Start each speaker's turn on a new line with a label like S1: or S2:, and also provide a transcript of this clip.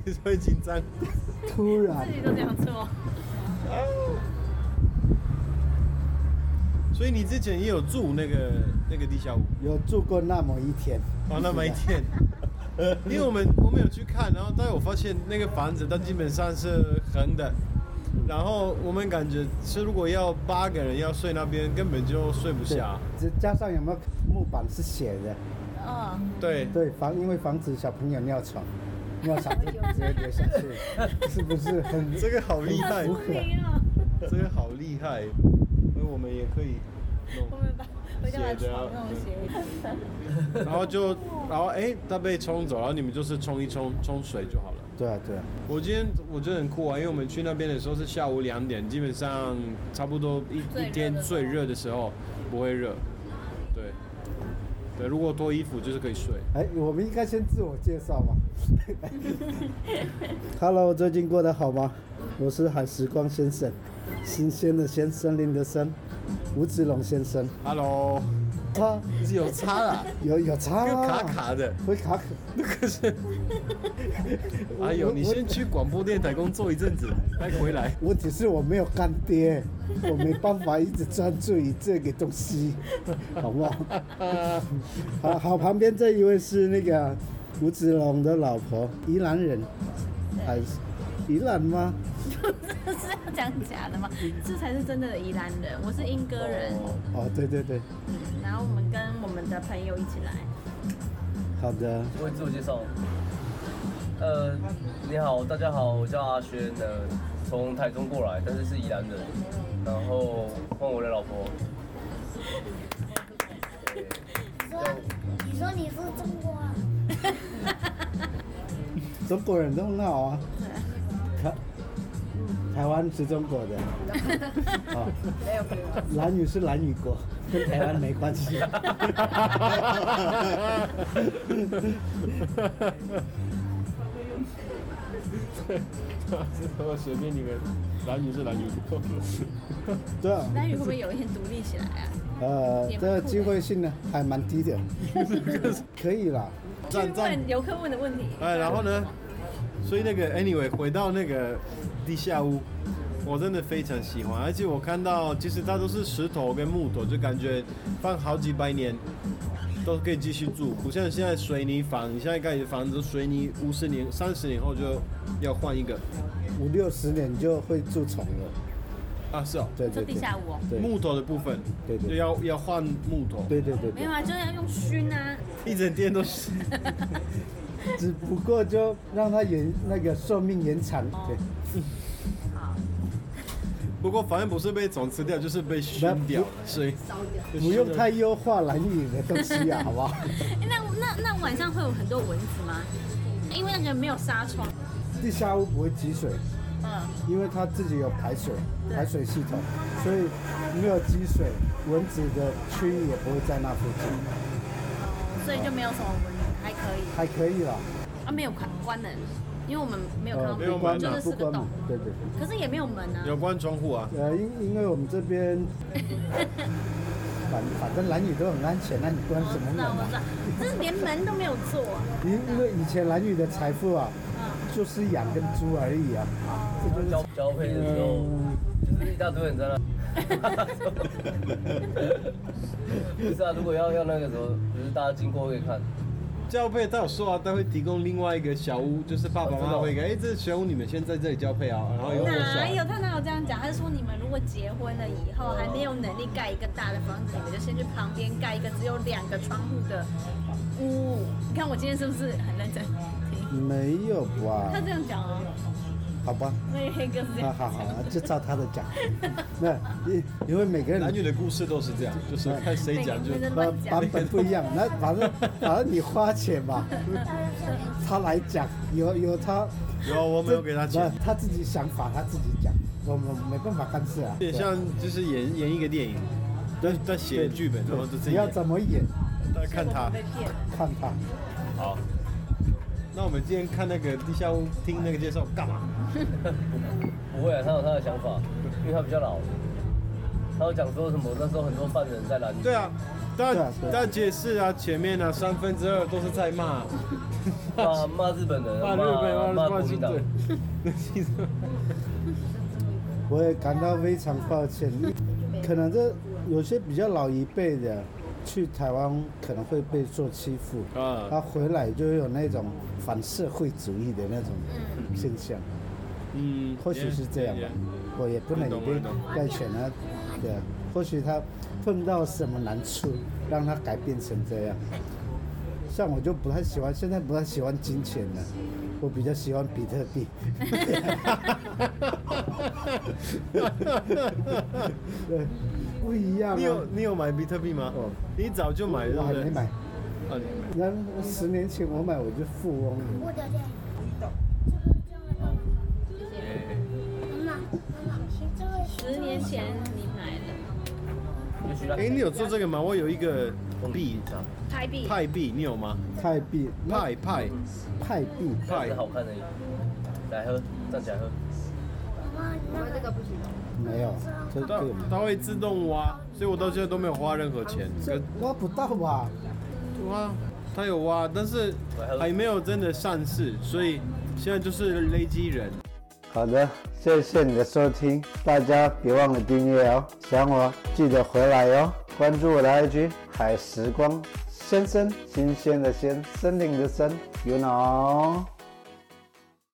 S1: 你说会紧张？
S2: 突然
S3: 自己都这样做，
S1: 所以你之前也有住那个那个地下屋，
S2: 有住过那么一天。
S1: 哦，那没天。因为我们我们有去看，啊然后但我发现那个房子它基本上是横的，然后我们感觉是如果要八个人要睡那边根本就睡不
S2: 对
S1: 下，，
S2: 这加上有没有木板是斜的？
S3: 嗯，
S1: 对，
S2: 对，防因为防止小朋友尿床，尿床就直接流下去，是不是很？
S1: 这个好厉
S3: 好
S1: 害，
S3: 聪明哦！
S1: 这个好厉害，所以我们也可以弄
S3: 我。们把回家把床弄斜一点，
S1: 然后就，然后哎，它被冲走，然后你们就是冲一冲，冲水就好了。
S2: 对啊，对啊，
S1: 我今天我觉得很酷啊，因为我们去那边的时候是下午两点，基本上差不多一
S3: 最热的时候
S1: 一天最热的时候不会热，对，对，如果脱衣服就是可以睡。
S2: 哎，我们应该先自我介绍嘛。Hello，最近过得好吗？我是海时光先生，新鲜的鲜，森林的森，吴子龙先生。
S1: Hello，
S2: 啊，
S1: 是有差啦，
S2: 有有差
S1: 跟
S2: 吗？
S1: 卡卡的，
S2: 会卡卡。
S1: 可是，哎呦，你先去广播电台工作一阵子，再回来。
S2: 问题是我没有干爹，我没办法一直专注于这个东西，好不好？好好，旁边这一位是那个吴子龙的老婆，宜兰人，哎，宜兰吗？
S3: 是要讲假的吗？这才是真的宜兰人，我是英歌人，
S2: 哦，对对对，
S3: 嗯然后我们跟我们的朋友一起来，
S2: 好的，
S4: 我自我介绍。呃，你好，大家好，我叫阿轩，呃，从台中过来，但是是宜兰人。然后换我的老婆，
S5: 说你说你是中国啊人，
S2: 中国人都很好啊，台台湾是中国的，哦，蓝屿是蓝屿国，跟台湾没关系。
S1: 我随便你们，男女是男女。
S2: 对啊，
S3: 蓝宇会不会有一天独立起来啊？
S2: 呃，
S3: 也蛮
S2: 这个
S3: 酷的
S2: 机会性呢还蛮低 的，可以啦。
S3: 去
S1: 赞赞
S3: 问游客问的问题，
S1: 哎，然后呢？所以那个，anyway，回到那个地下屋，我真的非常喜欢，而且我看到其实它都是石头跟木头，就感觉放好几百年都可以继续住，不像现在水泥房，你现在盖的房子水泥五十年、三十年后就要换一个
S2: 五六十年就会蛀虫了。
S1: 啊，是哦，
S2: 对
S3: 这
S2: 对对
S3: 地，下屋哦，
S2: 对
S1: 木头的部分，
S2: 对对
S1: 就要要换木头，
S2: 对对对
S3: 没
S2: 对
S3: 有，啊，就是要用熏啊，
S1: 一整天都是，
S2: 只不过就让它延那个寿命延长。
S3: 哦
S2: 对，
S3: 好，
S1: 不过反正不是被虫吃掉，就是被熏掉了，所以
S2: 不用太优化蓝雨的东西啊，好 不好？
S3: 哎那那那晚上会有很多蚊子吗？因为那个没有纱窗，
S2: 地下屋不会积水，
S3: 嗯，
S2: 因为它自己有排水
S3: 对
S2: 排水系统，所以没有积水，蚊子的区域也不会在那附近，
S3: 所以就没有什么蚊子，还可以。
S2: 还可以啦。呃
S3: 啊，没有关关门，因为我们没有看到
S1: 没有
S3: 门，
S1: 门
S3: 就
S1: 啊
S3: 是
S2: 不
S3: 四个
S2: 关门
S3: 洞，，
S2: 对对对。
S3: 可是也没有门啊。
S1: 有关窗户啊。
S2: 呃，因因为我们这边反反正蓝雨 都很安全，那你关
S3: 我
S2: 什么门
S3: 知道，我知
S2: 啊？
S3: 道，就是连门都没有做啊。
S2: 因因为以前蓝雨的财富啊，
S3: 嗯，
S2: 就是养跟猪而已啊，这就是
S4: 交交配的时候，就是一大堆人在那。不是啊，如果要要那个时候，就是大家经过会看，
S1: 交配，他有说啊，他会提供另外一个小屋，就是爸爸妈妈会给，哎、这是小屋，你们先在这里交配啊，然后有我
S3: 哪有
S1: 小，
S3: 他哪有这样讲？他说你们如果结婚了以后还没有能力盖一个大的房子，你们就先去旁边盖一个只有两个窗户的屋。你看我今天是不是很认真 听？
S2: 没有吧
S3: 他？这样讲哦，
S2: 好吧，
S3: 那个黑哥是这
S2: 好
S3: 样
S2: 好好，就照他的讲。那因因为每个
S1: 男女
S2: 人
S1: 的故事都是这样，就是看谁讲就
S3: 每个人
S2: 呃
S3: 乱讲
S2: 版本不一样，那反正反正你花钱嘛，他来讲，有有他，
S1: 有我没有给他钱
S2: 不，他自己想法他自己讲，我们没办法干涉啊。
S1: 有点像就是演演一个电影，对，在写剧本，然后就自己
S2: 你要
S1: 演，
S2: 怎么演，
S1: 大家看
S3: 我
S1: 他
S3: 们。被骗了。
S2: 看他。
S4: 好，
S1: 那我们今天看那个地下屋，听那个介绍干嘛？
S4: 不会啊，他有他的想法，因为他比较老。他有讲说什么那时候很多犯人在拦，
S1: 对啊，大
S2: 对啊对啊
S1: 大街市啊，前面啊，三分之二都是在骂，
S4: 骂骂日本人，
S1: 骂日本，骂
S4: 国
S1: 骂
S4: 民
S1: 军
S4: 党，
S1: 队，其实
S2: 我也感到非常抱歉，可能这有些比较老一辈的去台湾可能会被做欺负，他
S1: 啊，
S2: 回来就有那种反社会主义的那种现象，
S1: 嗯，
S2: 或许是这样吧
S1: yeah，yeah，yeah，
S2: 我也不能
S1: 我
S2: 一
S1: 懂我
S2: 定
S1: 懂
S2: 怪全他，对啊，或许他碰到什么难处，让他改变成这样。像我就不太喜欢，现在不太喜欢金钱了，我比较喜欢比特 币。对，不一 样
S1: 你有
S2: 啊！
S1: 你有买比特币吗
S2: 哦？
S1: 你早就买
S2: 我
S1: 了，
S2: 还
S1: 对不对？
S2: 没买，
S1: 啊，你买。
S2: 那十年前我买我就富翁了。
S5: 我掉掉。这个这个干嘛
S4: 耶
S5: 妈妈，妈妈，这个
S3: 十年前你买了
S4: 也许让
S1: 哎，你有做这个吗？我有一个币，
S3: 台币，
S1: 派币，你有吗？
S2: 泰币，
S1: 派派
S2: 派币，
S4: 看
S1: 派
S4: 着，好看而已。来喝，站起来喝。
S5: 妈妈，那个不行。
S2: 没有，这
S1: 它
S2: 个
S1: 它会自动挖，所以我到现在都没有花任何钱。
S2: 这挖不到吧？
S1: 挖，它有挖，但是还没有真的上市，所以现在就是累积人。
S2: 好的，谢谢你的收听，大家别忘了订阅哦，想我记得回来哦，关注我的 IG 海时光先生，新鲜的鲜，森林的森，you know。